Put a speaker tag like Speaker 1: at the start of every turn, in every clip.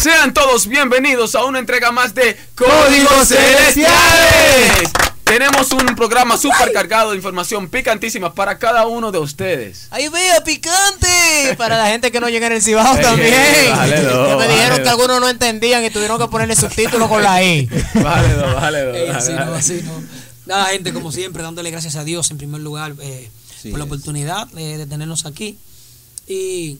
Speaker 1: Sean todos bienvenidos a una entrega más de
Speaker 2: Códigos
Speaker 1: Códigos Celestiales.
Speaker 2: Celestiales.
Speaker 1: Tenemos un programa súper cargado de información picantísima para cada uno de ustedes.
Speaker 3: Ahí veo, picante. Para la gente que no llega en el Cibao
Speaker 1: Ey,
Speaker 3: también.
Speaker 1: ey, vale, no,
Speaker 3: que me dijeron
Speaker 1: vale.
Speaker 3: que algunos no entendían y tuvieron que ponerle subtítulos con la I.
Speaker 1: Vale, no, vale, no,
Speaker 4: Ey,
Speaker 1: vale,
Speaker 4: así no,
Speaker 1: vale.
Speaker 4: así no. Nada, gente, como siempre, dándole gracias a Dios en primer lugar eh,
Speaker 2: Así
Speaker 4: por la
Speaker 2: es.
Speaker 4: oportunidad eh, de tenernos aquí. Y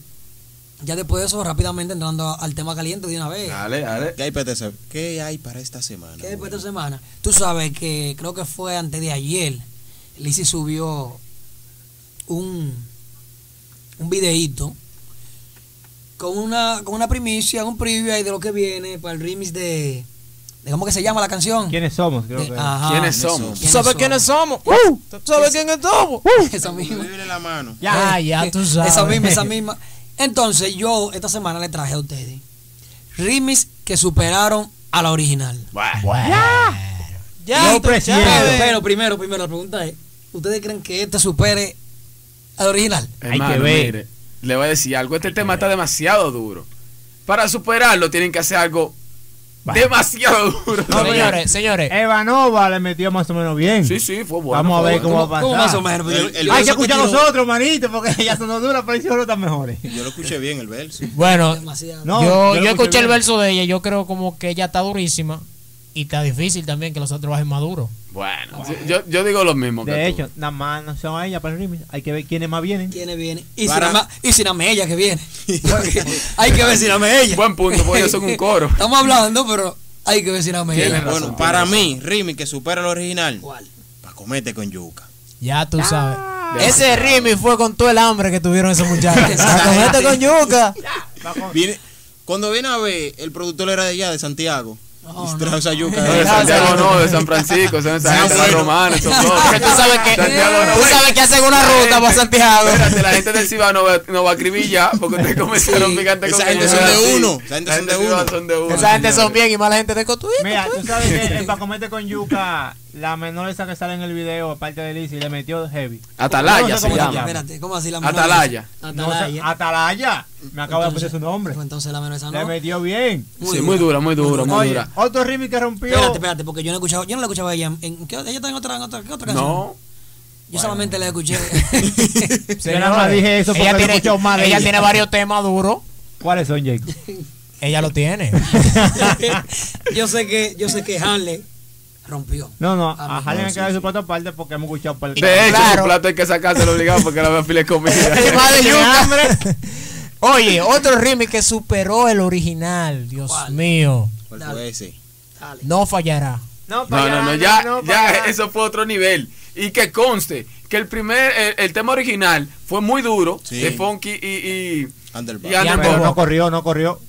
Speaker 4: ya después de eso, rápidamente entrando al tema caliente de una vez.
Speaker 1: Dale, dale.
Speaker 2: ¿Qué hay para, esta, ¿Qué hay para esta semana?
Speaker 4: ¿Qué después de esta semana? Tú sabes que creo que fue antes de ayer, Lizzy subió un, un videíto con una, con una primicia, un preview ahí de lo que viene para el remix de, de ¿cómo que se llama la canción?
Speaker 5: ¿Quiénes somos? Creo
Speaker 4: De-
Speaker 5: que.
Speaker 4: ajá.
Speaker 1: ¿Quiénes somos?
Speaker 4: ¿Quiénes
Speaker 3: ¿Sabes
Speaker 4: somos?
Speaker 3: quiénes somos? ¿Tú ¿Sabes quiénes somos?
Speaker 4: Esa misma.
Speaker 2: Libre la mano.
Speaker 3: Ya, ah, ya tú sabes.
Speaker 4: Esa misma, esa misma. Entonces, yo esta semana le traje a ustedes remix que superaron a la original.
Speaker 3: Ya,
Speaker 5: Yo
Speaker 3: tú
Speaker 5: presiento.
Speaker 4: Pero,
Speaker 3: sabes.
Speaker 4: pero primero, primero, la pregunta es: ¿Ustedes creen que este supere al original?
Speaker 5: Hay que
Speaker 1: Hermano,
Speaker 5: ver.
Speaker 1: mire, le voy a decir algo. Este tema está demasiado duro. Para superarlo tienen que hacer algo demasiado duro.
Speaker 3: No, señores, señores.
Speaker 5: Eh, Evanova le metió más o menos bien.
Speaker 1: Sí, sí, fue bueno.
Speaker 5: Vamos a
Speaker 1: fue
Speaker 5: ver
Speaker 1: bueno.
Speaker 5: cómo va a pasar.
Speaker 4: más o menos? Yo-
Speaker 2: El- el-
Speaker 4: yo-
Speaker 5: Hay que
Speaker 2: eso que
Speaker 5: escuchar a
Speaker 2: tiró-
Speaker 5: nosotros, manito, porque ellas son duras, pero ellos no están mejores.
Speaker 2: Yo lo escuché bien el verso.
Speaker 3: Bueno,
Speaker 4: demasiado.
Speaker 5: No,
Speaker 3: yo, yo
Speaker 5: lo
Speaker 3: escuché el
Speaker 5: bien.
Speaker 3: verso de ella. Yo creo como que ella está durísima. Y está difícil también que los otros bajen más duro.
Speaker 1: Bueno, yo, yo digo lo mismo que
Speaker 5: De
Speaker 1: tú.
Speaker 5: hecho, nada más no son a ella para el remix. Hay que ver quiénes más vienen.
Speaker 4: Tiene bien. Y
Speaker 2: Para-
Speaker 4: Sinama- y Siname ella que viene. hay que ver Siname ella.
Speaker 1: Buen punto, porque ellos son un coro.
Speaker 4: Estamos hablando, pero hay que ver Siname
Speaker 1: Tiene
Speaker 4: ella.
Speaker 1: razón.
Speaker 2: Bueno, para mí, Rimi que supera el original,
Speaker 4: ¿Cuál?
Speaker 2: para comete con yuca.
Speaker 3: Ya tú sabes. Ese remix fue con todo el hambre que tuvieron esos muchachos.
Speaker 4: Exactamente.
Speaker 3: Comete con yuca.
Speaker 2: Viene- cuando viene a ver, el productor era de allá, de Santiago. y trajo esa yuca.
Speaker 1: No, de Santiago no, de San Francisco, son esa
Speaker 2: Ah,
Speaker 1: gente, los
Speaker 2: bueno.
Speaker 1: romanos, son
Speaker 3: Porque tú sabes que,
Speaker 1: Santiago no
Speaker 3: tú
Speaker 1: ve.
Speaker 3: sabes que hacen
Speaker 1: La
Speaker 3: una ruta para
Speaker 1: gente-
Speaker 3: Santiago.
Speaker 1: Espérate, la gente del Cibao no va, no va a escribir ya, porque ustedes comenzaron picante
Speaker 2: esa
Speaker 1: con
Speaker 2: gente
Speaker 1: ellos,
Speaker 2: son de
Speaker 1: así.
Speaker 2: uno, esa gente
Speaker 1: La
Speaker 2: son de
Speaker 1: del Cibao
Speaker 2: uno.
Speaker 1: son de uno,
Speaker 3: Esa gente son
Speaker 1: señores.
Speaker 3: bien y mala gente de Cotuí.
Speaker 5: Mira, tú sabes que el para comete con yuca, la menor esa que sale en el video, aparte de Lizzy, le metió heavy.
Speaker 1: Atalaya
Speaker 5: Yo no sé
Speaker 1: se
Speaker 5: cómo
Speaker 1: llama.
Speaker 4: Espérate, ¿cómo así la menor
Speaker 1: Atalaya.
Speaker 4: esa?
Speaker 5: No ah, sé,
Speaker 4: Atalaya.
Speaker 5: Atalaya. Me acabo de poner su nombre.
Speaker 4: Pues entonces la menor esa
Speaker 5: Le
Speaker 4: no.
Speaker 5: metió bien.
Speaker 1: Sí, muy dura, muy dura, muy
Speaker 5: Oye,
Speaker 1: dura.
Speaker 5: otro remix que rompió.
Speaker 4: Espérate, espérate, porque yo no he escuchado, yo no la escuchaba a ella. en- ¿En, qué, ¿Ella está en otra, en otra, qué otra canción?
Speaker 1: No,
Speaker 4: Yo solamente la escuché.
Speaker 5: Yo nada más dije eso porque
Speaker 3: ella
Speaker 5: lo he
Speaker 3: tiene,
Speaker 5: escuchado más de
Speaker 3: ella
Speaker 5: ella.
Speaker 3: tiene varios temas duros.
Speaker 5: ¿Cuáles son, Jacob?
Speaker 3: Ella lo tiene.
Speaker 4: yo sé que, yo sé que Hanley rompió.
Speaker 5: No, no,
Speaker 4: Ah,
Speaker 5: a Harley hay que dar su plato aparte porque hemos escuchado par
Speaker 1: de hecho,
Speaker 3: Claro.
Speaker 1: su plato hay que sacárselo obligado porque la fila de
Speaker 3: Y
Speaker 1: comida.
Speaker 3: más de yuca. Oye, otro remix que superó el original. Dios
Speaker 4: ¿Cuál?
Speaker 3: mío.
Speaker 2: ¿Cuál fue ese?
Speaker 4: Dale.
Speaker 3: No fallará.
Speaker 1: No, no, no, ya, ya eso fue otro nivel. Y que conste que el primer, el, el tema original fue muy duro,
Speaker 2: Sí.
Speaker 1: de funky y,
Speaker 2: Underbar.
Speaker 1: y, y underground.
Speaker 5: Pero no corrió, no corrió.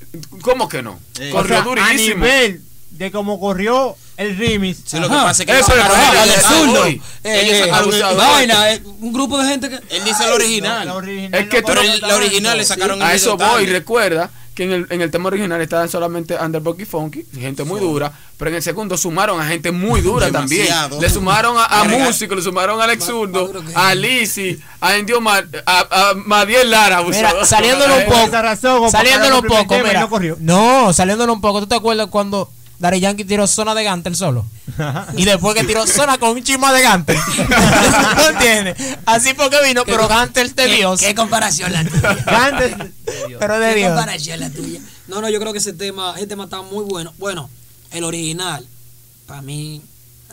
Speaker 1: ¿Cómo que no?
Speaker 2: Sí.
Speaker 1: Corrió
Speaker 5: O sea,
Speaker 1: durísimo.
Speaker 5: A nivel de cómo corrió el remix.
Speaker 2: Sí, lo que pasa es que
Speaker 1: Eso
Speaker 2: él,
Speaker 1: es
Speaker 4: Pero
Speaker 1: Ah,
Speaker 4: venga,
Speaker 1: ah,
Speaker 4: de
Speaker 1: ah,
Speaker 4: zurdo.
Speaker 1: voy.
Speaker 4: Eh,
Speaker 2: Ellos
Speaker 4: eh,
Speaker 2: sacaron
Speaker 4: eh,
Speaker 2: el-
Speaker 4: vaina, eh, un grupo de gente que.
Speaker 2: él dice el original.
Speaker 5: La original
Speaker 1: Es que tú
Speaker 5: no
Speaker 1: no-
Speaker 2: pero
Speaker 5: corrió
Speaker 2: el- la
Speaker 5: tanto.
Speaker 2: original le sacaron el
Speaker 1: A eso
Speaker 2: video
Speaker 1: voy,
Speaker 2: tarde.
Speaker 1: recuerda que en el, en el tema original estaban solamente Underbox y Funky, gente muy dura, pero en el segundo sumaron a gente muy dura también.
Speaker 2: Demasiado.
Speaker 1: Le sumaron a, a
Speaker 2: Verga.
Speaker 1: músicos, le sumaron a Alex Zurdo,
Speaker 4: duro que-
Speaker 1: a Lizzy, a Indio Ma- a, a Madiel Lara.
Speaker 3: Mira,
Speaker 1: abusador.
Speaker 3: saliéndolo un
Speaker 1: Eh,
Speaker 3: poco.
Speaker 5: esa razón, o
Speaker 3: saliéndolo un
Speaker 5: porque era el
Speaker 3: poco,
Speaker 5: primer tema y
Speaker 3: mira.
Speaker 5: no corrió.
Speaker 3: No, saliéndolo un poco. ¿Tú te acuerdas cuando Dari Yankee tiró zona de Gante el solo? Y después que tiró zona con un chima de Gante. ¿No entiendes? Así porque vino, pero Gante es de
Speaker 4: ¿Qué-
Speaker 3: Dios.
Speaker 4: ¿Qué comparación la tuya?
Speaker 5: Antes-
Speaker 3: Pero de
Speaker 4: ¿Qué
Speaker 3: Dios.
Speaker 4: comparación la tuya? No, no, yo creo que ese tema, ese tema está muy bueno. Bueno, el original, para mí,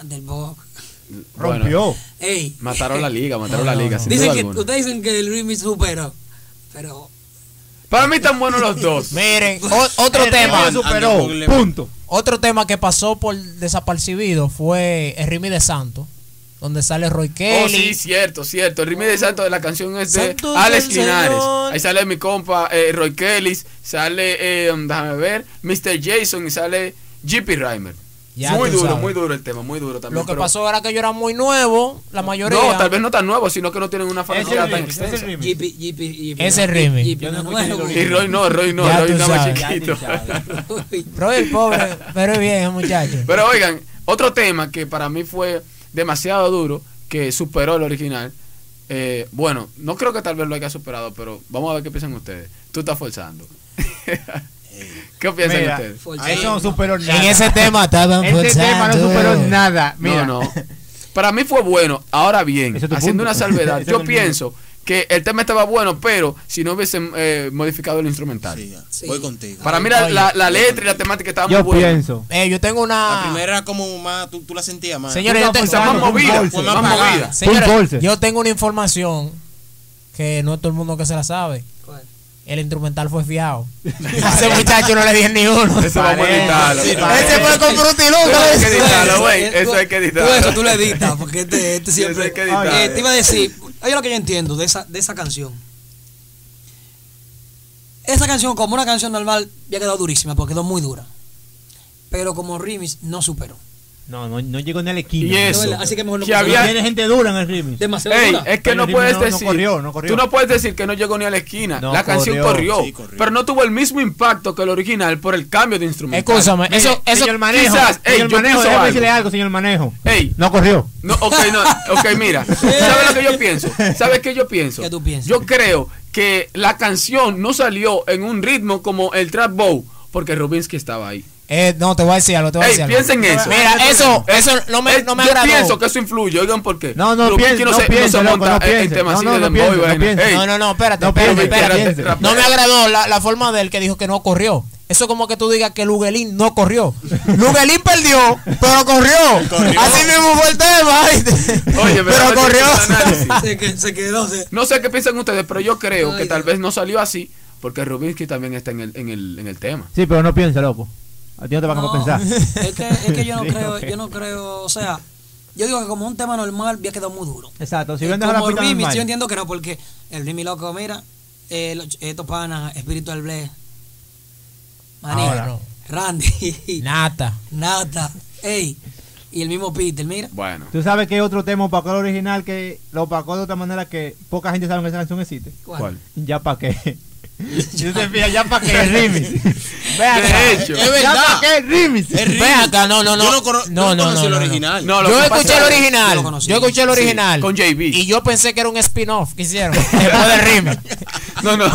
Speaker 4: Underbox.
Speaker 1: bueno,
Speaker 5: rompió.
Speaker 4: Ey.
Speaker 1: mataron la liga, mataron la liga. sin
Speaker 4: Dicen
Speaker 1: duda
Speaker 4: que,
Speaker 1: alguna.
Speaker 4: ustedes dicen que el remix superó, pero
Speaker 1: Para mí están buenos los dos.
Speaker 3: Miren, o- otro
Speaker 5: El
Speaker 3: tema.
Speaker 5: remix superó.
Speaker 2: Underbox le-
Speaker 5: Punto.
Speaker 3: Otro tema que pasó por desapercibido fue el remix de Santo, donde sale Roy Kelly.
Speaker 1: Oh, sí, cierto, cierto. El remix de Santo de la canción es de
Speaker 3: Santo
Speaker 1: Alex
Speaker 3: del
Speaker 1: Linares.
Speaker 3: Señor.
Speaker 1: Ahí sale mi compa eh, Roy Kelly, sale, eh, déjame ver, Mr. Jason y sale JP Reimer.
Speaker 3: Ya
Speaker 1: muy
Speaker 3: tú
Speaker 1: duro,
Speaker 3: sabes.
Speaker 1: muy duro el tema, muy duro también.
Speaker 3: Lo que
Speaker 1: pero-
Speaker 3: pasó era que yo era muy nuevo, la mayoría.
Speaker 1: No, tal vez no tan nuevo, sino que no tienen una
Speaker 5: Es
Speaker 1: fanática tan
Speaker 5: el remix. Es el
Speaker 1: extensa.
Speaker 5: remix.
Speaker 4: JP, JP, JP.
Speaker 3: Ese
Speaker 4: no,
Speaker 3: remix.
Speaker 4: JP,
Speaker 5: Yo no
Speaker 4: no,
Speaker 5: escuché
Speaker 4: no,
Speaker 5: el
Speaker 1: Y Roy no, Roy no,
Speaker 3: Ya
Speaker 1: Roy
Speaker 3: tú
Speaker 1: nada más
Speaker 3: sabes.
Speaker 1: chiquito.
Speaker 4: Uy,
Speaker 3: Pero el pobre, pero bien, muchacho.
Speaker 1: Pero oigan, otro tema que para mí fue demasiado duro, que superó el original. eh, bueno, no creo que tal vez lo haya superado, pero vamos a ver qué piensan ustedes. Tú estás forzando. ¿Qué piensan
Speaker 5: Mira,
Speaker 1: ustedes?
Speaker 4: Forzado,
Speaker 5: Eso no superó nada.
Speaker 3: En ese tema estaban
Speaker 5: Ese tema no
Speaker 3: forzando. eh.
Speaker 5: superó nada. Mira,
Speaker 1: No, no. Para mí fue bueno. Ahora bien,
Speaker 5: Ese es tu
Speaker 1: haciendo
Speaker 5: punto.
Speaker 1: una salvedad,
Speaker 5: Ese es
Speaker 1: yo
Speaker 5: el
Speaker 1: pienso que el tema estaba bueno, pero si no hubiesen eh, modificado el instrumental.
Speaker 2: Sí, ya.
Speaker 4: Sí.
Speaker 2: Voy contigo.
Speaker 1: Para mí la, la- la letra y la temática estaban muy
Speaker 5: yo
Speaker 1: buenas.
Speaker 5: pienso.
Speaker 3: Eh, yo tengo
Speaker 1: ah.
Speaker 2: La
Speaker 3: una.
Speaker 2: primera era como más, tú, tú la sentías más.
Speaker 3: Señores, yo,
Speaker 5: Tú
Speaker 3: tengo-
Speaker 5: estás
Speaker 1: Esa más
Speaker 5: Vamos,
Speaker 1: movida,
Speaker 5: dulce.
Speaker 1: más
Speaker 2: Vamos,
Speaker 1: movida.
Speaker 3: Señores,
Speaker 5: Full force.
Speaker 3: yo tengo una información que no es todo el mundo que se la sabe.
Speaker 4: ¿cuál?
Speaker 3: El instrumental fue fiado. A ese muchacho no le di ni uno.
Speaker 1: Eso vamos a
Speaker 5: Parece,
Speaker 1: editarlo.
Speaker 5: sí, parece.
Speaker 3: Ese fue con
Speaker 1: Hay que
Speaker 3: Frutiluca.
Speaker 1: editarlo, güey.
Speaker 4: Eh,
Speaker 1: Eso
Speaker 4: tú-
Speaker 1: hay que editarlo.
Speaker 4: Tú eso tú lo editas, porque este, este
Speaker 1: Eso
Speaker 4: siempre.
Speaker 1: hay que editarlo.
Speaker 4: Eh, te iba a decir, oye lo que yo entiendo de esa, de esa canción. Esa canción, como una canción normal, había quedado durísima, porque quedó muy dura. Pero como remix, no superó.
Speaker 5: No, no, no llegó ni a la esquina.
Speaker 1: Y eso.
Speaker 4: No, ¿verdad? Así que mejor no
Speaker 1: Que
Speaker 4: puse
Speaker 1: había-
Speaker 4: nada.
Speaker 5: Tiene gente dura en el remix.
Speaker 4: Demasiado
Speaker 1: Ey,
Speaker 4: dura.
Speaker 1: es que
Speaker 5: Pero
Speaker 1: no
Speaker 5: el
Speaker 1: puedes
Speaker 5: ritmo no- no
Speaker 1: decir.
Speaker 5: corrió, no corrió.
Speaker 1: Tú no puedes decir que no llegó ni a la esquina.
Speaker 5: No
Speaker 1: la canción
Speaker 5: corrió.
Speaker 1: corrió,
Speaker 2: Sí, corrió.
Speaker 1: Pero no tuvo el mismo impacto que el original por el cambio de instrumento.
Speaker 3: Eh, Escúchame, eso, eso.
Speaker 5: señor Manejo,
Speaker 1: quizás, ey,
Speaker 5: señor
Speaker 1: yo
Speaker 5: Manejo,
Speaker 1: pienso
Speaker 5: déjame
Speaker 1: algo.
Speaker 5: decirle algo, señor Manejo.
Speaker 1: Ey.
Speaker 5: No corrió.
Speaker 1: No, ok, no, ok, mira. ¿Sabes lo que yo pienso? ¿Sabes qué yo pienso?
Speaker 4: ¿Qué tú piensas?
Speaker 1: Yo creo que la canción no salió en un ritmo como el trap bow, porque Rubinsky estaba ahí.
Speaker 3: Eh, no, te voy a decir algo. Te voy a
Speaker 1: Ey,
Speaker 3: decir algo.
Speaker 1: piensa en eso.
Speaker 3: Mira, eso,
Speaker 1: Eh,
Speaker 3: eso no me,
Speaker 1: eh,
Speaker 3: no me
Speaker 1: yo
Speaker 3: agradó.
Speaker 1: pienso que eso influye, oigan por qué.
Speaker 5: No, no,
Speaker 1: Rubinsky
Speaker 5: piense, no piense, loco, no
Speaker 1: en- en
Speaker 5: piense.
Speaker 1: temas
Speaker 5: No,
Speaker 1: así
Speaker 5: no,
Speaker 1: de
Speaker 5: no
Speaker 1: dembow y
Speaker 5: piense, no
Speaker 1: vaina.
Speaker 5: piense.
Speaker 1: Ey,
Speaker 3: no, no, no, espérate,
Speaker 5: No
Speaker 3: espérate,
Speaker 5: piense,
Speaker 3: espérate.
Speaker 5: piense.
Speaker 3: No me agradó la, la forma del que dijo que no corrió. Eso como que tú digas que Luguelín no corrió. Luguelín perdió, pero corrió.
Speaker 2: Corrió.
Speaker 3: Así mismo fue el tema. ¿viste?
Speaker 1: Oye,
Speaker 3: pero
Speaker 1: ¿verdad?
Speaker 3: corrió.
Speaker 1: Ese análisis.
Speaker 4: se, que- se quedó. se-
Speaker 1: No sé qué piensan ustedes, pero yo creo
Speaker 4: Ay,
Speaker 1: que tal
Speaker 4: Dios.
Speaker 1: vez no salió así, porque Rubinsky también está en el, en el, en el tema.
Speaker 5: Sí, pero no piensa, loco. A ti no te van a
Speaker 4: No,
Speaker 5: compensar.
Speaker 4: Es que, es que yo no
Speaker 5: Sí,
Speaker 4: creo,
Speaker 5: ok.
Speaker 4: yo no creo, o sea, yo digo que como un tema normal había quedado muy duro.
Speaker 5: Exacto, si
Speaker 4: Eh,
Speaker 5: ven dejar la
Speaker 4: como
Speaker 5: pista
Speaker 4: remix,
Speaker 5: normal.
Speaker 4: yo entiendo que no, porque el remix loco, mira, eh, los- estos panas, Spiritual Bless, Manejo,
Speaker 3: Ahora no.
Speaker 4: Randy,
Speaker 3: Nata.
Speaker 4: Nata, ey, y el mismo Peter, mira.
Speaker 1: Bueno.
Speaker 5: Tú sabes que hay otro tema opacó el original que lo opacó de otra manera que poca gente sabe que esa canción existe.
Speaker 1: ¿Cuál?
Speaker 5: Ya pa' qué. Yo te fijas, ya pa' qué el remix. Ve acá.
Speaker 1: De hecho.
Speaker 2: Es
Speaker 5: Ya
Speaker 2: verdad.
Speaker 5: pa' qué el remix.
Speaker 4: Eh,
Speaker 2: Es
Speaker 3: Ve
Speaker 2: remix.
Speaker 3: acá, no, no, no.
Speaker 2: Yo no, cono-
Speaker 3: No,
Speaker 2: yo
Speaker 3: no,
Speaker 2: no conocí
Speaker 3: no,
Speaker 2: el
Speaker 3: no, no.
Speaker 2: original.
Speaker 1: No, lo
Speaker 3: Yo
Speaker 1: que
Speaker 3: escuché
Speaker 1: pasa
Speaker 3: el
Speaker 1: es-
Speaker 4: yo lo
Speaker 3: original.
Speaker 4: conocí.
Speaker 3: Yo escuché el
Speaker 1: Sí,
Speaker 3: original.
Speaker 1: con JB.
Speaker 3: Y yo pensé que era un spin-off que hicieron. Después del remix.
Speaker 1: No, no.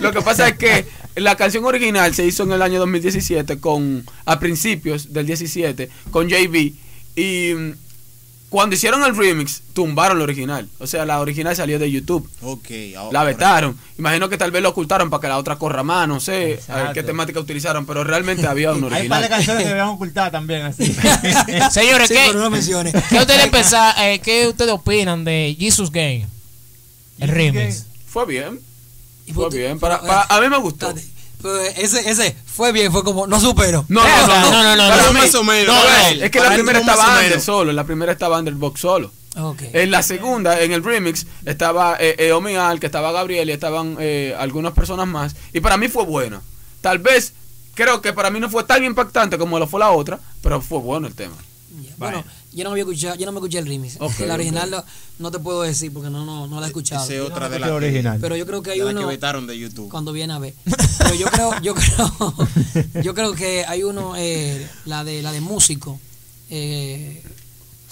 Speaker 1: Lo que pasa es que la canción original se hizo en el año 2017 con a principios del 17 con JB y mm, cuando hicieron el remix tumbaron la original, o sea, la original salió de YouTube.
Speaker 2: Ok,
Speaker 5: Oh,
Speaker 2: ahora-
Speaker 1: La vetaron. Imagino que tal vez lo ocultaron para que la otra corra más, no sé a ver
Speaker 5: Exacto.
Speaker 1: qué temática utilizaron, pero realmente había un
Speaker 5: Hay un par de
Speaker 1: original.
Speaker 5: canciones que deberían ocultar también así.
Speaker 3: Señores,
Speaker 4: Sí,
Speaker 3: ¿qué,
Speaker 4: pero no lo menciones.
Speaker 3: ¿qué ustedes pensa- eh, qué ustedes opinan de Jesus Game? El
Speaker 5: Jesus
Speaker 3: remix.
Speaker 1: Fue bien.
Speaker 4: Y
Speaker 1: Fue
Speaker 4: puto-
Speaker 1: bien. Para, para- a mí me gustó.
Speaker 4: Espérate, pero ese, ese fue bien, fue como, no supero.
Speaker 1: No, no, no, no,
Speaker 3: no, no,
Speaker 1: Para
Speaker 2: no,
Speaker 1: mí-
Speaker 2: más o menos.
Speaker 1: no,
Speaker 2: Para
Speaker 1: no,
Speaker 2: él,
Speaker 1: es que
Speaker 2: para
Speaker 1: la
Speaker 2: él
Speaker 1: primera
Speaker 2: fue más o
Speaker 1: estaba Under
Speaker 2: menos.
Speaker 1: solo, en la primera estaba Underbox solo.
Speaker 4: Ok.
Speaker 1: En la segunda, en el remix, estaba eh, eh, Omi Al, que estaba Gabriel y estaban eh, algunas personas más. Y para mí fue buena. Tal vez, creo que para mí no fue tan impactante como lo fue la otra, pero fue bueno el tema.
Speaker 4: Ya, Bueno, yo no había escuchado, yo no me escuché el remix.
Speaker 1: Ok,
Speaker 4: el
Speaker 1: ok.
Speaker 4: original lo- no te puedo decir porque no, no, no la he escuchado.
Speaker 2: Esa es otra de
Speaker 5: El
Speaker 2: las que-
Speaker 5: original.
Speaker 4: Pero yo creo que hay
Speaker 2: de las que
Speaker 4: uno
Speaker 2: vetaron de YouTube.
Speaker 4: cuando viene a ver. Pero yo creo, yo creo, yo creo que hay uno, eh, la de la de músico. eh,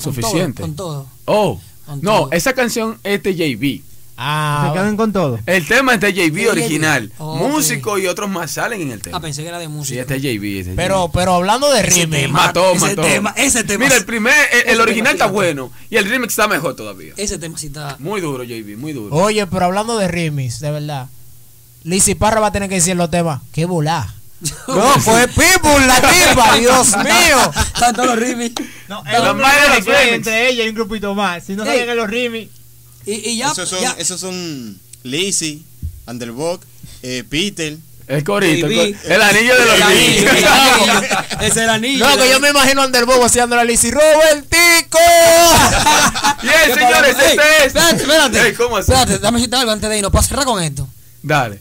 Speaker 4: con
Speaker 1: Suficiente.
Speaker 4: todo, Con todo.
Speaker 1: Oh,
Speaker 4: Con
Speaker 1: no,
Speaker 4: todo.
Speaker 1: esa canción es de JB.
Speaker 5: Se
Speaker 3: Ah,
Speaker 5: quedan con todo.
Speaker 1: El tema es de
Speaker 4: De
Speaker 1: JB
Speaker 4: JB.
Speaker 1: original.
Speaker 4: Ok.
Speaker 1: Músico y otros más salen en el
Speaker 4: Ah,
Speaker 1: tema.
Speaker 4: pensé que era de
Speaker 1: Sí, este-
Speaker 4: músico.
Speaker 1: es de JB. es de JB.
Speaker 3: pero, pero hablando de remix.
Speaker 1: mató,
Speaker 4: ese
Speaker 1: mató.
Speaker 4: tema, ese tema
Speaker 1: Mira,
Speaker 4: sí-
Speaker 1: el primer, el- el,
Speaker 4: tema
Speaker 1: original
Speaker 4: sí
Speaker 1: está
Speaker 4: mató.
Speaker 1: bueno y el remix está mejor todavía.
Speaker 4: Ese tema sí está.
Speaker 1: Muy duro, JB, muy duro.
Speaker 3: Oye, pero hablando de remix, de verdad. Lizzy Parra va a tener que decir los temas. ¡Qué volá! No, fue People la tipa, Dios mío.
Speaker 4: Están todos los remix.
Speaker 5: No,
Speaker 1: Los
Speaker 4: eh,
Speaker 5: el
Speaker 1: más de los remix.
Speaker 5: entre ella y un grupito más. Si no
Speaker 4: Ey.
Speaker 5: sabían que los remix,
Speaker 4: Y, y ya,
Speaker 2: Esos son,
Speaker 4: ya.
Speaker 2: esos son Lizzy, Underbook, eh, Peter.
Speaker 1: El corito, el,
Speaker 4: JB.
Speaker 1: cor- el anillo de los
Speaker 4: El anillo,
Speaker 1: niños.
Speaker 4: el anillo. Ese es el anillo.
Speaker 3: No, que yo me imagino a Underbow haciendo la Lizzy Robertico.
Speaker 1: Bien,
Speaker 4: ¿Qué
Speaker 1: señores,
Speaker 4: pasa? Ey,
Speaker 1: este es.
Speaker 4: Espérate, espérate.
Speaker 1: Ey, ¿cómo así?
Speaker 4: Espérate, dame citar algo antes de irnos. Para cerrar con esto.
Speaker 1: Dale.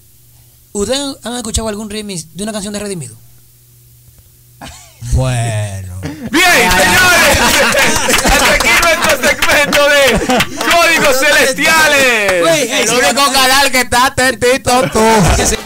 Speaker 4: ¿Ustedes han escuchado algún remix de una canción de Redimido?
Speaker 3: Bueno.
Speaker 1: Bien, señores. Hasta aquí nuestro segmento de Códigos Celestiales.
Speaker 4: Güey, ey,
Speaker 3: El
Speaker 4: si
Speaker 3: único
Speaker 4: no-
Speaker 3: canal que está atentito tú.
Speaker 4: que se-